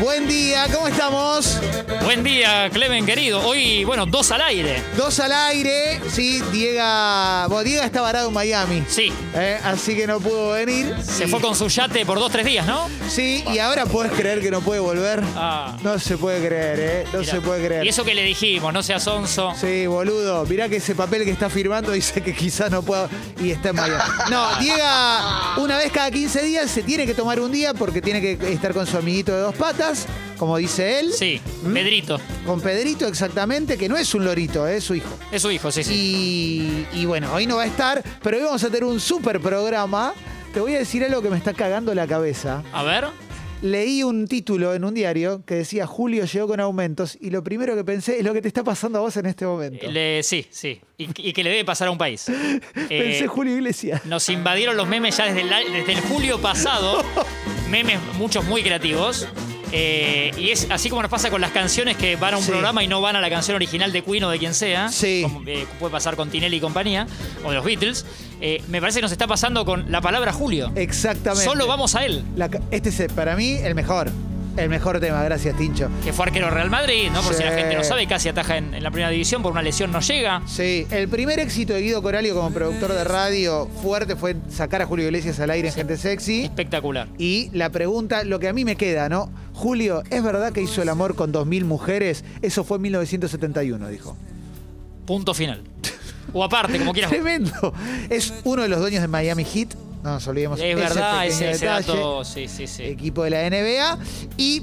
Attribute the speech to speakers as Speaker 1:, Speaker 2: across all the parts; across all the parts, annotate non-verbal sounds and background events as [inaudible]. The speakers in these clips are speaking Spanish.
Speaker 1: Buen día, ¿cómo estamos?
Speaker 2: Buen día, Clemen querido. Hoy, bueno, dos al aire.
Speaker 1: Dos al aire, sí, Diego, bueno, Diego está varado en Miami.
Speaker 2: Sí.
Speaker 1: Eh, así que no pudo venir.
Speaker 2: Se
Speaker 1: Y-
Speaker 2: fue con su yate por dos, tres días, ¿no?
Speaker 1: Sí, y ahora puedes creer que no puede volver.
Speaker 2: Ah.
Speaker 1: No se puede creer, ¿eh? No
Speaker 2: Mirá.
Speaker 1: se puede creer.
Speaker 2: Y eso que le dijimos, no seas onzo.
Speaker 1: Sí, boludo. Mirá que ese papel que está firmando dice que quizás no pueda. Y está en Miami. No, Diego, una vez cada 15 días se tiene que tomar un día porque tiene que estar con su amiguito de dos patas, como dice él.
Speaker 2: Sí,
Speaker 1: ¿Mm?
Speaker 2: Pedrito.
Speaker 1: Con Pedrito, exactamente, que no es un lorito, eh, es su hijo.
Speaker 2: Es su hijo, sí, sí.
Speaker 1: Y, y bueno, hoy no va a estar, pero hoy vamos a tener un super programa. Te voy a decir algo que me está cagando la cabeza.
Speaker 2: A ver.
Speaker 1: Leí un título en un diario que decía Julio llegó con aumentos y lo primero que pensé es lo que te está pasando a vos en este momento.
Speaker 2: Eh, le- sí, sí. Y, y que le debe pasar a un país. Eh,
Speaker 1: [laughs] pensé Julio Iglesias.
Speaker 2: nos invadieron los memes ya desde el, a- desde el
Speaker 1: [laughs]
Speaker 2: julio pasado. Memes, muchos muy creativos. Eh, y es así como nos pasa con las canciones que van a un
Speaker 1: Sí.
Speaker 2: programa y no van a la canción original de Queen o de quien sea.
Speaker 1: Sí.
Speaker 2: Como, eh, puede pasar con Tinelli y compañía, o de los Beatles. Eh, me parece que nos está pasando con la palabra Julio.
Speaker 1: Exactamente.
Speaker 2: Solo vamos a él,
Speaker 1: La ca- este es para mí el mejor. El mejor tema, gracias, Tincho.
Speaker 2: que fue arquero Real Madrid, ¿no? Por
Speaker 1: Sí.
Speaker 2: si la gente no sabe, casi ataja en, en la primera división, por una lesión no llega.
Speaker 1: Sí, el primer éxito de Guido Coralio como productor de radio fuerte fue sacar a Julio Iglesias al aire en Gente Sexy.
Speaker 2: Espectacular.
Speaker 1: Y la pregunta, lo que a mí me queda, ¿no? Julio, ¿es verdad que hizo el amor con 2.000 mujeres? Eso fue en 1971, dijo. [laughs]
Speaker 2: Punto final. O aparte, como quieras.
Speaker 1: Tremendo. Es uno de los dueños de Miami Heat. No nos olvidemos.
Speaker 2: Es
Speaker 1: ese
Speaker 2: verdad,
Speaker 1: pequeño
Speaker 2: ese, ese
Speaker 1: detalle.
Speaker 2: dato. Sí, sí, sí.
Speaker 1: Equipo de la NBA. Y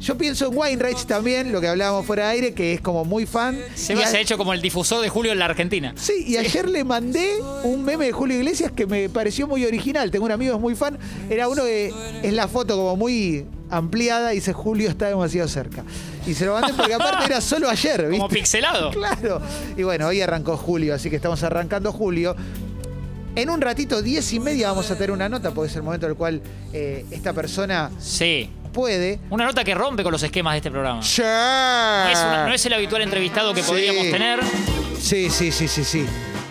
Speaker 1: yo pienso en Weinreich también, lo que hablábamos fuera de aire, que es como muy fan. Y
Speaker 2: Seba
Speaker 1: a-
Speaker 2: se ha hecho como el difusor de Julio en la Argentina.
Speaker 1: Sí, y ayer le mandé un meme de Julio Iglesias que me pareció muy original. Tengo un amigo que es muy fan. Era uno que es la foto como muy ampliada y dice Julio está demasiado cerca. Y se lo mandé porque aparte era solo [laughs] ayer,
Speaker 2: Como
Speaker 1: ¿viste?
Speaker 2: pixelado.
Speaker 1: Claro. Y bueno, hoy arrancó Julio, así que estamos arrancando Julio. En un ratito, diez y media, vamos a tener una nota, porque es el momento en el cual eh, esta persona
Speaker 2: Sí.
Speaker 1: puede.
Speaker 2: Una nota que rompe con los esquemas de este programa. No
Speaker 1: Sure.
Speaker 2: es, una- no es el habitual entrevistado que
Speaker 1: Ah. Sí.
Speaker 2: podríamos tener,
Speaker 1: Sí, sí, sí, sí, sí.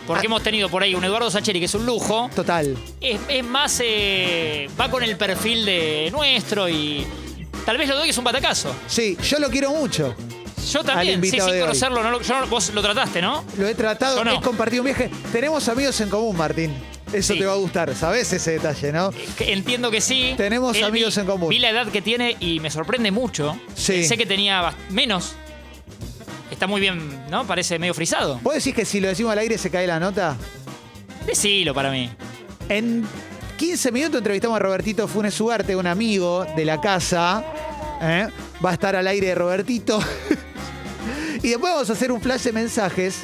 Speaker 2: porque hemos tenido por ahí un Eduardo Sacheri, que es un lujo.
Speaker 1: Total.
Speaker 2: Es, es más, eh, va con el perfil de nuestro y tal vez lo doy es un batacazo.
Speaker 1: Sí, yo lo quiero mucho.
Speaker 2: Yo también, sí,
Speaker 1: invitado
Speaker 2: sin
Speaker 1: de hoy.
Speaker 2: conocerlo, no lo- yo no- vos lo trataste, ¿no?
Speaker 1: Lo he tratado,
Speaker 2: Yo no.
Speaker 1: he compartido un viaje. Tenemos amigos en común, Martín. Eso
Speaker 2: Sí.
Speaker 1: te va a gustar, ¿sabés ese detalle, no?
Speaker 2: Que Entiendo que sí.
Speaker 1: Tenemos
Speaker 2: vi-
Speaker 1: amigos en común.
Speaker 2: Vi la edad que tiene y me sorprende mucho.
Speaker 1: Sí.
Speaker 2: Pensé que tenía bast- menos. Está muy bien, ¿no? Parece medio frisado.
Speaker 1: ¿Vos decís que si lo decimos al aire se cae la nota?
Speaker 2: Decilo para mí.
Speaker 1: En 15 minutos entrevistamos a Robertito Funes Ugarte, un amigo de la casa. ¿eh? Va a estar al aire Robertito. [laughs] y después vamos a hacer un flash de mensajes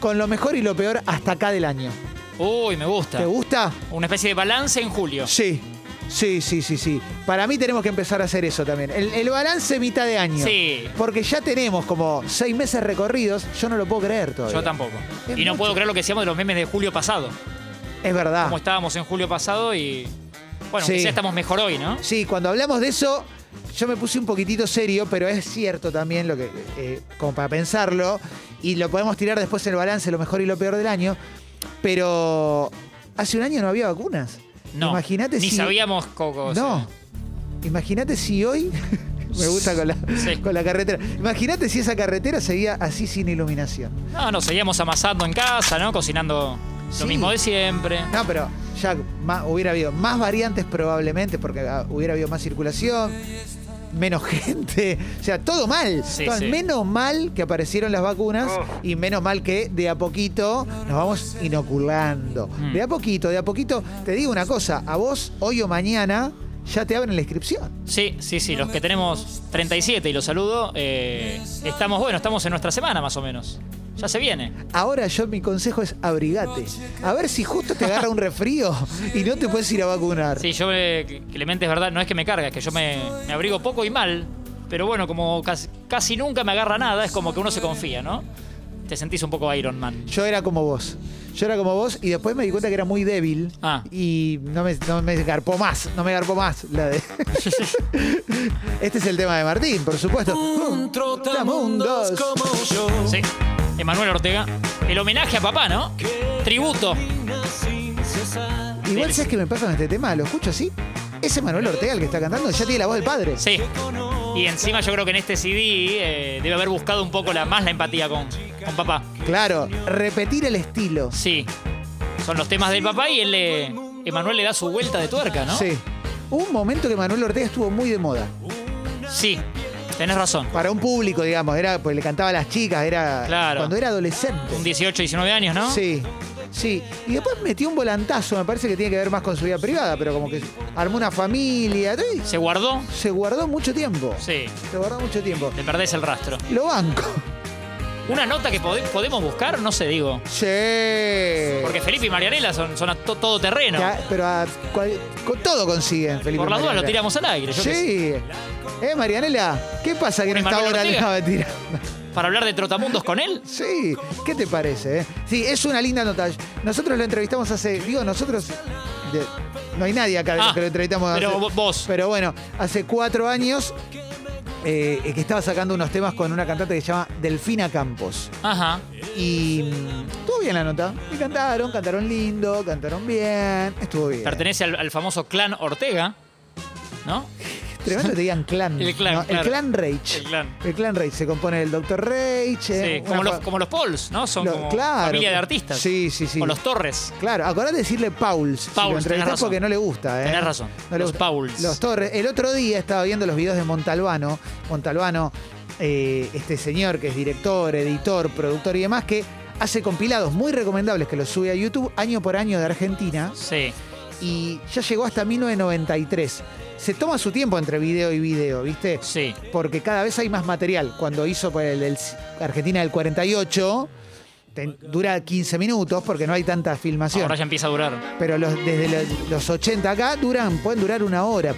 Speaker 1: con lo mejor y lo peor hasta acá del año.
Speaker 2: Uy, me gusta.
Speaker 1: ¿Te gusta?
Speaker 2: Una especie de balance en julio.
Speaker 1: Sí. Sí, sí, sí, sí. Para mí tenemos que empezar a hacer eso también. El, el balance mitad de año.
Speaker 2: Sí.
Speaker 1: Porque ya tenemos como seis meses recorridos. Yo no lo puedo creer todavía.
Speaker 2: Yo tampoco.
Speaker 1: Es
Speaker 2: y no
Speaker 1: mucho.
Speaker 2: puedo creer lo que decíamos de los memes de julio pasado.
Speaker 1: Es verdad.
Speaker 2: Como estábamos en julio pasado y. Bueno,
Speaker 1: Sí.
Speaker 2: aunque sea, estamos mejor hoy, ¿no?
Speaker 1: Sí, cuando hablamos de eso, yo me puse un poquitito serio, pero es cierto también lo que, eh, como para pensarlo, y lo podemos tirar después en el balance, lo mejor y lo peor del año. Pero hace un año no había vacunas.
Speaker 2: No.
Speaker 1: Imagínate
Speaker 2: Ni
Speaker 1: si-
Speaker 2: sabíamos cocos.
Speaker 1: No. Imagínate si hoy. [laughs] me gusta con la,
Speaker 2: Sí.
Speaker 1: con la carretera. Imagínate si esa carretera seguía así sin iluminación.
Speaker 2: No, no, seguíamos amasando en casa, ¿no? Cocinando
Speaker 1: Sí.
Speaker 2: lo mismo de siempre.
Speaker 1: No, pero ya ma- hubiera habido más variantes probablemente porque ah, hubiera habido más circulación, menos gente, o sea, todo mal.
Speaker 2: Sí,
Speaker 1: Todo-
Speaker 2: sí.
Speaker 1: Menos mal que aparecieron las vacunas
Speaker 2: Oh.
Speaker 1: y menos mal que de a poquito nos vamos inoculando.
Speaker 2: Mm.
Speaker 1: De a poquito, de a poquito, te digo una cosa, a vos hoy o mañana ya te abren la inscripción.
Speaker 2: Sí, sí, sí, los que tenemos 37 y los saludo, eh, estamos, bueno, estamos en nuestra semana más o menos. Ya se viene.
Speaker 1: Ahora yo mi consejo es abrigate. A ver si justo te agarra un refrío y no te puedes ir a vacunar.
Speaker 2: Sí, yo, eh, Clemente, es verdad, no es que me carga, es que yo me, me abrigo poco y mal, pero bueno, como casi, casi nunca me agarra nada, es como que uno se confía, ¿no? Te sentís un poco Iron Man.
Speaker 1: Yo era como vos. Yo era como vos y después me di cuenta que era muy débil
Speaker 2: Ah.
Speaker 1: y no me, no me garpó más, no me garpó más la
Speaker 2: [laughs]
Speaker 1: de... este es el tema de Martín, por supuesto.
Speaker 3: Un trotamundos como yo.
Speaker 2: Sí, Emanuel Ortega. El homenaje a papá, ¿no? Tributo.
Speaker 3: Camina sin cesar.
Speaker 1: Igual
Speaker 2: Sí.
Speaker 1: sabes que me pasa con este tema, lo escucho así Ese Manuel Ortega el que está cantando ya tiene la voz del padre.
Speaker 2: Sí. Y encima yo creo que en este CD eh, debe haber buscado un poco la, más la empatía con, con papá.
Speaker 1: Claro, repetir el estilo.
Speaker 2: Sí. Son los temas del papá y él le. Emanuel le da su vuelta de tuerca, ¿no?
Speaker 1: Sí. Hubo un momento que Manuel Ortega estuvo muy de moda.
Speaker 2: Sí, tenés razón.
Speaker 1: Para un público, digamos, era pues le cantaba a las chicas, era
Speaker 2: Claro.
Speaker 1: cuando era adolescente.
Speaker 2: Un 18, 19 años, ¿no?
Speaker 1: Sí, sí. Y después metió un volantazo, me parece que tiene que ver más con su vida privada, pero como que armó una familia, y
Speaker 2: Se guardó.
Speaker 1: se guardó mucho tiempo.
Speaker 2: Sí.
Speaker 1: Se guardó mucho tiempo.
Speaker 2: Le perdés el rastro.
Speaker 1: Lo banco. [laughs]
Speaker 2: Una nota que pode- podemos buscar, no sé, digo.
Speaker 1: Sí.
Speaker 2: Porque Felipe y Marianela son, son a to- todo terreno.
Speaker 1: Ya, pero a cual- con todo consiguen, Felipe.
Speaker 2: Por las dudas lo
Speaker 1: Marianela.
Speaker 2: tiramos al aire. yo qué sé.
Speaker 1: Sí. Eh, Marianela, ¿qué pasa que no
Speaker 2: Bueno,
Speaker 1: está
Speaker 2: Manuel
Speaker 1: ahora
Speaker 2: Ortega.
Speaker 1: la mentira?
Speaker 2: Para hablar de trotamundos con él.
Speaker 1: [laughs] Sí, ¿qué te parece? eh? Sí, es una linda nota. Nosotros lo entrevistamos hace, digo, nosotros, de- no hay nadie acá de los
Speaker 2: Ah,
Speaker 1: que lo entrevistamos
Speaker 2: pero
Speaker 1: hace-
Speaker 2: vo- vos.
Speaker 1: Pero bueno, hace cuatro años eh, que estaba sacando unos temas con una cantante que se llama Delfina Campos.
Speaker 2: Ajá.
Speaker 1: Y mm, estuvo bien la nota. Y cantaron, cantaron lindo, cantaron bien, estuvo bien.
Speaker 2: Pertenece al, al famoso clan Ortega. ¿No?
Speaker 1: Tremendo que te digan clan.
Speaker 2: El clan,
Speaker 1: ¿no? el
Speaker 2: claro.
Speaker 1: clan Rage.
Speaker 2: El clan.
Speaker 1: El clan Rage se compone del Dr. Rage. eh,
Speaker 2: Sí,
Speaker 1: una
Speaker 2: como, los,
Speaker 1: fa-
Speaker 2: como los Pauls, ¿no? Son
Speaker 1: lo-
Speaker 2: como
Speaker 1: claro.
Speaker 2: familia de artistas.
Speaker 1: Sí, sí, sí.
Speaker 2: O los Torres.
Speaker 1: Claro, acordate de decirle Pauls. si
Speaker 2: Pauls,
Speaker 1: lo entrevistás
Speaker 2: tenés razón.
Speaker 1: porque no le gusta, ¿eh?
Speaker 2: Tenés razón.
Speaker 1: No le
Speaker 2: Los
Speaker 1: gusta.
Speaker 2: Pauls.
Speaker 1: Los Torres. El otro día estaba viendo los videos de Montalbano. Montalbano, eh, este señor que es director, editor, productor y demás, que hace compilados muy recomendables que los sube a YouTube año por año de Argentina
Speaker 2: Sí.
Speaker 1: y ya llegó hasta 1993. Se toma su tiempo entre video y video, ¿viste?
Speaker 2: Sí.
Speaker 1: porque cada vez hay más material. Cuando hizo por el, del- Argentina del 48, te- dura 15 minutos porque no hay tanta filmación.
Speaker 2: Ahora ya empieza a durar.
Speaker 1: Pero los, desde los, los 80 acá duran, pueden durar una hora.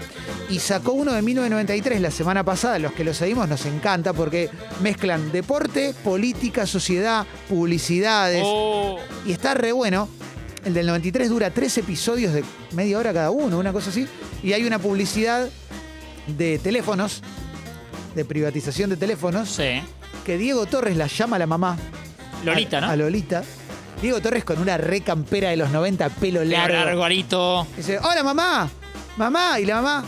Speaker 1: Y sacó uno de 1993 la semana pasada, los que lo seguimos nos encanta porque mezclan deporte, política, sociedad, publicidades.
Speaker 2: Oh,
Speaker 1: Y está re bueno. El del 93 dura tres episodios de media hora cada uno, una cosa así. Y hay una publicidad de teléfonos, de privatización de teléfonos,
Speaker 2: sí.
Speaker 1: que Diego Torres la llama a la mamá.
Speaker 2: Lolita,
Speaker 1: A, a
Speaker 2: ¿no?
Speaker 1: Lolita. Diego Torres con una recampera de los 90, pelo
Speaker 2: Pelo
Speaker 1: largo.
Speaker 2: largo, arito.
Speaker 1: Dice, hola mamá, mamá, y la mamá.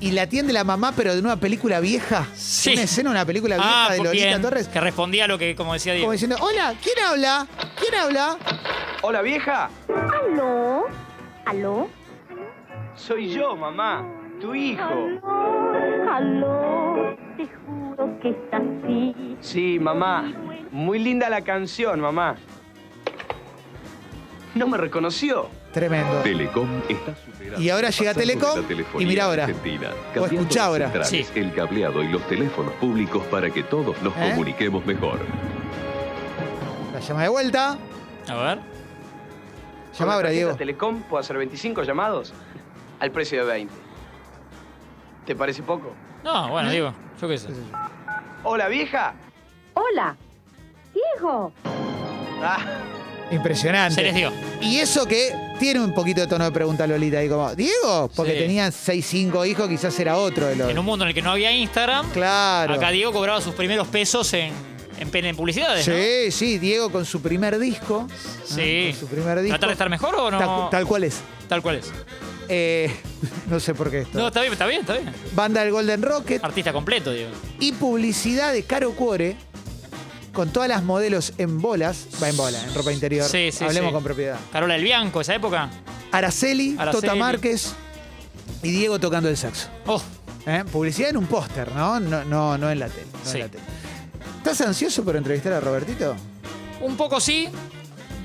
Speaker 1: Y la atiende la mamá, pero de una película vieja.
Speaker 2: Sí.
Speaker 1: Una escena, una película vieja
Speaker 2: Ah,
Speaker 1: de
Speaker 2: por
Speaker 1: Lolita
Speaker 2: bien.
Speaker 1: Torres.
Speaker 2: Que respondía a lo que, como decía
Speaker 1: Como
Speaker 2: Diego.
Speaker 1: diciendo, hola, ¿quién habla? ¿Quién habla?
Speaker 4: Hola vieja,
Speaker 5: ¿Aló? ¿Aló?
Speaker 4: soy yo, mamá, tu hijo.
Speaker 5: ¿Aló? Te juro que es así.
Speaker 4: Sí, mamá, muy linda la canción, mamá. No me reconoció.
Speaker 1: Tremendo.
Speaker 6: Telecom está superando
Speaker 1: Y ahora
Speaker 6: el
Speaker 1: llega
Speaker 6: pasado
Speaker 1: Telecom
Speaker 6: de la telefonía
Speaker 1: y mira ahora.
Speaker 6: argentina,
Speaker 1: O
Speaker 6: cambiando
Speaker 1: escuchá
Speaker 6: las
Speaker 1: ahora.
Speaker 6: centrales,
Speaker 2: Sí.
Speaker 6: El cableado y los teléfonos públicos para que todos nos
Speaker 1: ¿Eh?
Speaker 6: comuniquemos mejor.
Speaker 1: La llama de vuelta.
Speaker 2: A ver.
Speaker 1: Llama
Speaker 4: Con la
Speaker 1: ahora,
Speaker 4: tarjeta
Speaker 1: Diego.
Speaker 4: Telecom puedo hacer 25 llamados al precio de 20. ¿Te parece poco?
Speaker 2: No, bueno,
Speaker 1: ¿Eh?
Speaker 2: Diego. Yo qué sé.
Speaker 1: Pues,
Speaker 4: Hola vieja.
Speaker 5: Hola. Diego.
Speaker 4: Ah,
Speaker 1: Impresionante.
Speaker 2: Se les dio.
Speaker 1: Y eso que tiene un poquito de tono de pregunta Lolita ahí como, Diego, porque
Speaker 2: Sí.
Speaker 1: tenía 6, 5 hijos, quizás era otro de los.
Speaker 2: En un mundo en el que no había Instagram,
Speaker 1: Claro.
Speaker 2: acá Diego cobraba sus primeros pesos en, en, pen- en publicidades. ¿no?
Speaker 1: sí, sí, Diego con su primer disco.
Speaker 2: Sí.
Speaker 1: Ah, Con su primer disco.
Speaker 2: ¿Tratar de estar mejor o no?
Speaker 1: Tal, tal cual es.
Speaker 2: Tal cual es.
Speaker 1: Eh, [laughs] no sé por qué esto.
Speaker 2: No, está bien, está bien, está bien.
Speaker 1: Banda del Golden Rocket
Speaker 2: Artista completo, Diego.
Speaker 1: y publicidad de Caro Cuore con todas las modelos en bolas. Va en bola, en ropa interior.
Speaker 2: Sí, sí,
Speaker 1: Hablemos
Speaker 2: sí.
Speaker 1: con propiedad.
Speaker 2: Carola del Bianco, esa época.
Speaker 1: Araceli,
Speaker 2: Araceli.
Speaker 1: Tota Márquez y Diego tocando el saxo.
Speaker 2: Oh,
Speaker 1: ¿Eh? Publicidad en un póster, ¿no? No, no, no en la tele. no en
Speaker 2: Sí.
Speaker 1: la tele. ¿Estás ansioso por entrevistar a Robertito?
Speaker 2: un poco sí.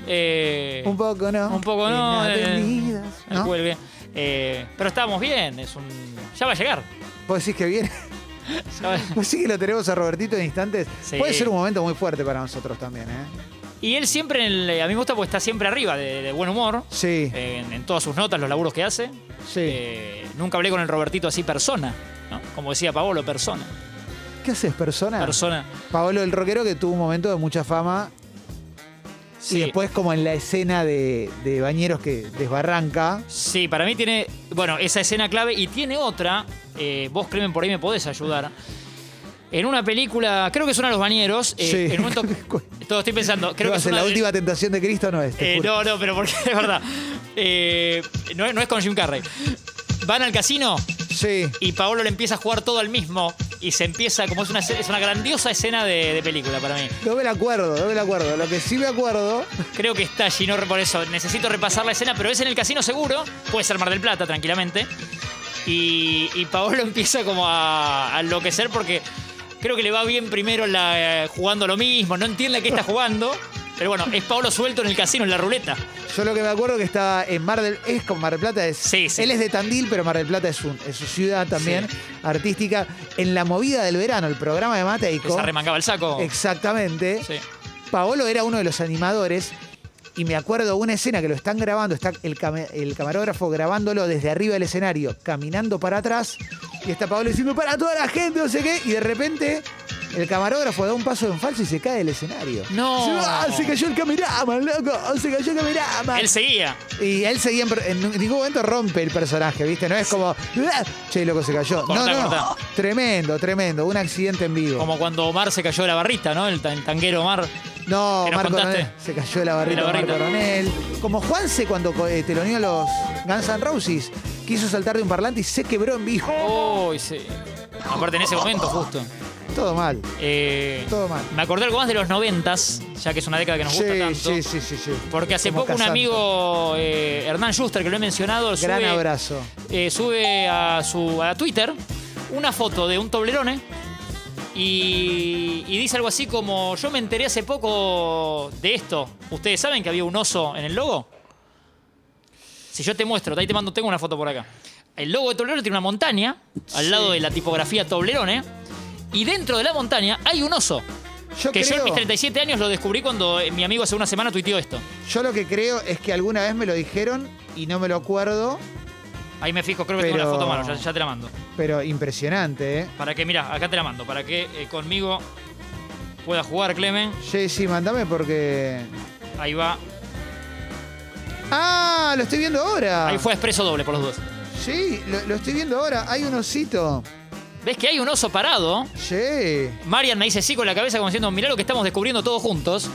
Speaker 2: eh,
Speaker 1: Un poco no.
Speaker 2: Un poco no,
Speaker 1: En
Speaker 2: eh,
Speaker 1: avenidas,
Speaker 2: el
Speaker 1: ¿no?
Speaker 2: vuelve. Eh, pero estábamos bien, es un. Ya va a llegar.
Speaker 1: Vos decís que viene. [laughs]
Speaker 2: Ya va-
Speaker 1: Vos decís que lo tenemos a Robertito en instantes.
Speaker 2: Sí.
Speaker 1: Puede ser un momento muy fuerte para nosotros también, ¿eh?
Speaker 2: Y él siempre, en el- a mí me gusta porque está siempre arriba, de, de buen humor,
Speaker 1: Sí.
Speaker 2: eh, en, en todas sus notas, los laburos que hace.
Speaker 1: Sí.
Speaker 2: Eh, nunca hablé con el Robertito así persona, ¿no? como decía Paolo, persona.
Speaker 1: ¿Qué haces, persona?
Speaker 2: Persona.
Speaker 1: Paolo el rockero que tuvo un momento de mucha fama
Speaker 2: Sí.
Speaker 1: y después como en la escena de, de bañeros que desbarranca.
Speaker 2: Sí, para mí tiene, bueno, esa escena clave y tiene otra, eh, vos Clemen por ahí me podés ayudar. En una película, creo que son a los bañeros, eh,
Speaker 1: Sí.
Speaker 2: en un
Speaker 1: [laughs]
Speaker 2: momento, todo estoy pensando, creo
Speaker 1: No,
Speaker 2: que
Speaker 1: es
Speaker 2: es
Speaker 1: en
Speaker 2: una
Speaker 1: la
Speaker 2: de-
Speaker 1: última tentación de Cristo no es. te
Speaker 2: Eh, [laughs]
Speaker 1: juro.
Speaker 2: no, no, pero porque es verdad. Eh, no, es, no es con Jim Carrey. van al casino
Speaker 1: Sí.
Speaker 2: y Paolo le empieza a jugar todo al mismo y se empieza, como es una, es una grandiosa escena de, de película para mí.
Speaker 1: No me la acuerdo, no me la acuerdo. Lo que sí me acuerdo.
Speaker 2: Creo que está allí, no re- por eso necesito repasar la escena, pero es en el casino seguro, puede ser Mar del Plata tranquilamente. Y, y Paolo [laughs] empieza como a, a enloquecer porque creo que le va bien primero la, eh, jugando lo mismo, no entiende a qué está jugando. Pero bueno, es Paolo suelto en el casino, en la ruleta.
Speaker 1: Yo lo que me acuerdo que estaba en Mar del es con Mar del Plata es
Speaker 2: Sí, sí.
Speaker 1: él es de Tandil, pero Mar del Plata es un es su ciudad también artística en la movida del verano, el programa de
Speaker 2: Que
Speaker 1: Mateico.
Speaker 2: se arremangaba el saco.
Speaker 1: Exactamente.
Speaker 2: Sí.
Speaker 1: Paolo era uno de los animadores y me acuerdo una escena que lo están grabando, está el, cama- el camarógrafo grabándolo desde arriba del escenario, caminando para atrás y está Paolo diciendo para toda la gente, no sé qué, y de repente el camarógrafo da un paso en falso y se cae del escenario.
Speaker 2: No.
Speaker 1: Se, va, "Ah, se cayó el cameraman, loco, ah, se cayó el cameraman.
Speaker 2: Él seguía.
Speaker 1: y él seguía, en, en ningún momento rompe el personaje, ¿viste? No es como, "Ah, che, loco, se cayó.
Speaker 2: Cortá,
Speaker 1: no, no,
Speaker 2: cortá.
Speaker 1: tremendo, tremendo, un accidente en vivo.
Speaker 2: Como cuando Omar se cayó de la barrita, ¿no? El, tan- el tanguero Omar.
Speaker 1: No,
Speaker 2: ¿Que nos
Speaker 1: Marco
Speaker 2: contaste?
Speaker 1: Coronel. Se cayó de la barrita,
Speaker 2: De la
Speaker 1: Marco
Speaker 2: barrita.
Speaker 1: Coronel. Como Juanse cuando co- eh, teloneó a los Guns N' Roses, quiso saltar de un parlante y se quebró en vivo.
Speaker 2: Uy, sí. Aparte en ese momento, justo.
Speaker 1: Todo mal.
Speaker 2: Eh,
Speaker 1: Todo mal.
Speaker 2: Me acordé algo más de los noventas, ya que es una década que nos gusta
Speaker 1: Sí,
Speaker 2: tanto.
Speaker 1: sí, sí, sí, sí.
Speaker 2: Porque hace
Speaker 1: Como
Speaker 2: poco un
Speaker 1: Casante.
Speaker 2: amigo, eh, Hernán Schuster, que lo he mencionado, sube,
Speaker 1: Gran abrazo.
Speaker 2: eh, sube a su a Twitter una foto de un Toblerone y, y dice algo así como, yo me enteré hace poco de esto. ¿Ustedes saben que había un oso en el logo? Si yo te muestro, ahí te mando, tengo una foto por acá. El logo de Toblerone tiene una montaña al lado de la tipografía Toblerone y dentro de la montaña hay un oso.
Speaker 1: Yo
Speaker 2: que yo en
Speaker 1: creo,
Speaker 2: mis 37 años lo descubrí cuando eh, mi amigo hace una semana tuiteó esto.
Speaker 1: yo lo que creo es que alguna vez me lo dijeron y no me lo acuerdo,
Speaker 2: Ahí me fijo, creo que tengo
Speaker 1: Pero-
Speaker 2: la foto a mano, ya, ya te la mando.
Speaker 1: pero impresionante, ¿eh?
Speaker 2: Para que, mirá, acá te la mando, para que eh, conmigo pueda jugar, Clemen.
Speaker 1: Jessy, mandame porque.
Speaker 2: Ahí va.
Speaker 1: ¡Ah! Lo estoy viendo ahora.
Speaker 2: Ahí fue expreso doble por los dos.
Speaker 1: Sí, lo, lo estoy viendo ahora. Hay un osito.
Speaker 2: ¿Ves que hay un oso parado?
Speaker 1: Sí.
Speaker 2: Marian me dice sí con la cabeza como diciendo, mirá lo que estamos descubriendo todos juntos.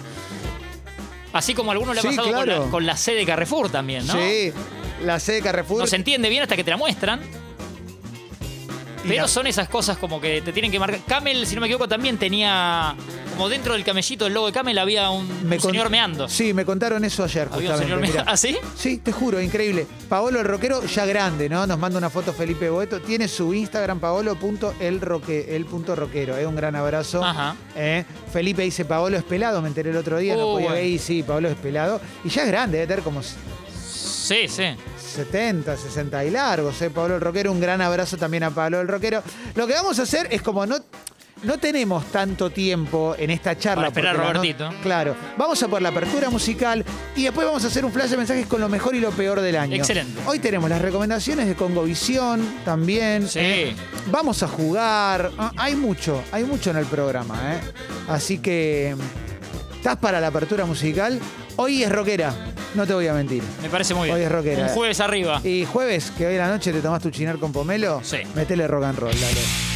Speaker 2: Así como a alguno le ha
Speaker 1: Sí,
Speaker 2: pasado con
Speaker 1: claro.
Speaker 2: la- con la C de Carrefour también, ¿no?
Speaker 1: Sí. La sede de Carrefour.
Speaker 2: No se entiende bien hasta que te la muestran.
Speaker 1: y
Speaker 2: Pero
Speaker 1: la-
Speaker 2: son esas cosas como que te tienen que marcar. Camel, si no me equivoco, también tenía. Como dentro del camellito, el logo de Camel, había un, un
Speaker 1: con-
Speaker 2: señor meando.
Speaker 1: Sí, me contaron eso ayer,
Speaker 2: Había un
Speaker 1: justamente.
Speaker 2: señor meando.
Speaker 1: mirá.
Speaker 2: ¿Ah, sí?
Speaker 1: Sí, te juro, increíble. Paolo el Roquero, ya grande, ¿no? Nos manda una foto Felipe Boeto. Tiene su Instagram, paolo.elroquero. Es eh, un gran abrazo.
Speaker 2: Ajá.
Speaker 1: ¿eh? Felipe dice, Paolo es pelado, me enteré el otro día, no
Speaker 2: Oh,
Speaker 1: podía
Speaker 2: bueno.
Speaker 1: ver, y sí, Paolo es pelado. Y ya es grande, debe tener como
Speaker 2: Sí, sí.
Speaker 1: 70, 60 y largos, ¿eh? Pablo el Roquero. Un gran abrazo también a Pablo el Roquero. Lo que vamos a hacer es como no. No tenemos tanto tiempo en esta charla.
Speaker 2: Para esperar
Speaker 1: porque
Speaker 2: a
Speaker 1: la no-
Speaker 2: Robertito.
Speaker 1: claro. Vamos a por la apertura musical y después vamos a hacer un flash de mensajes con lo mejor y lo peor del año.
Speaker 2: Excelente.
Speaker 1: Hoy tenemos las recomendaciones de Congovisión también. ¿eh?
Speaker 2: Sí.
Speaker 1: Vamos a jugar. Ah, Hay mucho, hay mucho en el programa. ¿eh? Así que. mm, ¿Estás para la apertura musical? Hoy es rockera, no te voy a mentir.
Speaker 2: Me parece muy bien.
Speaker 1: Hoy es rockera.
Speaker 2: Un jueves arriba.
Speaker 1: Y jueves, que hoy en la noche te tomás tu chinar con pomelo,
Speaker 2: Sí.
Speaker 1: metele rock and roll, dale.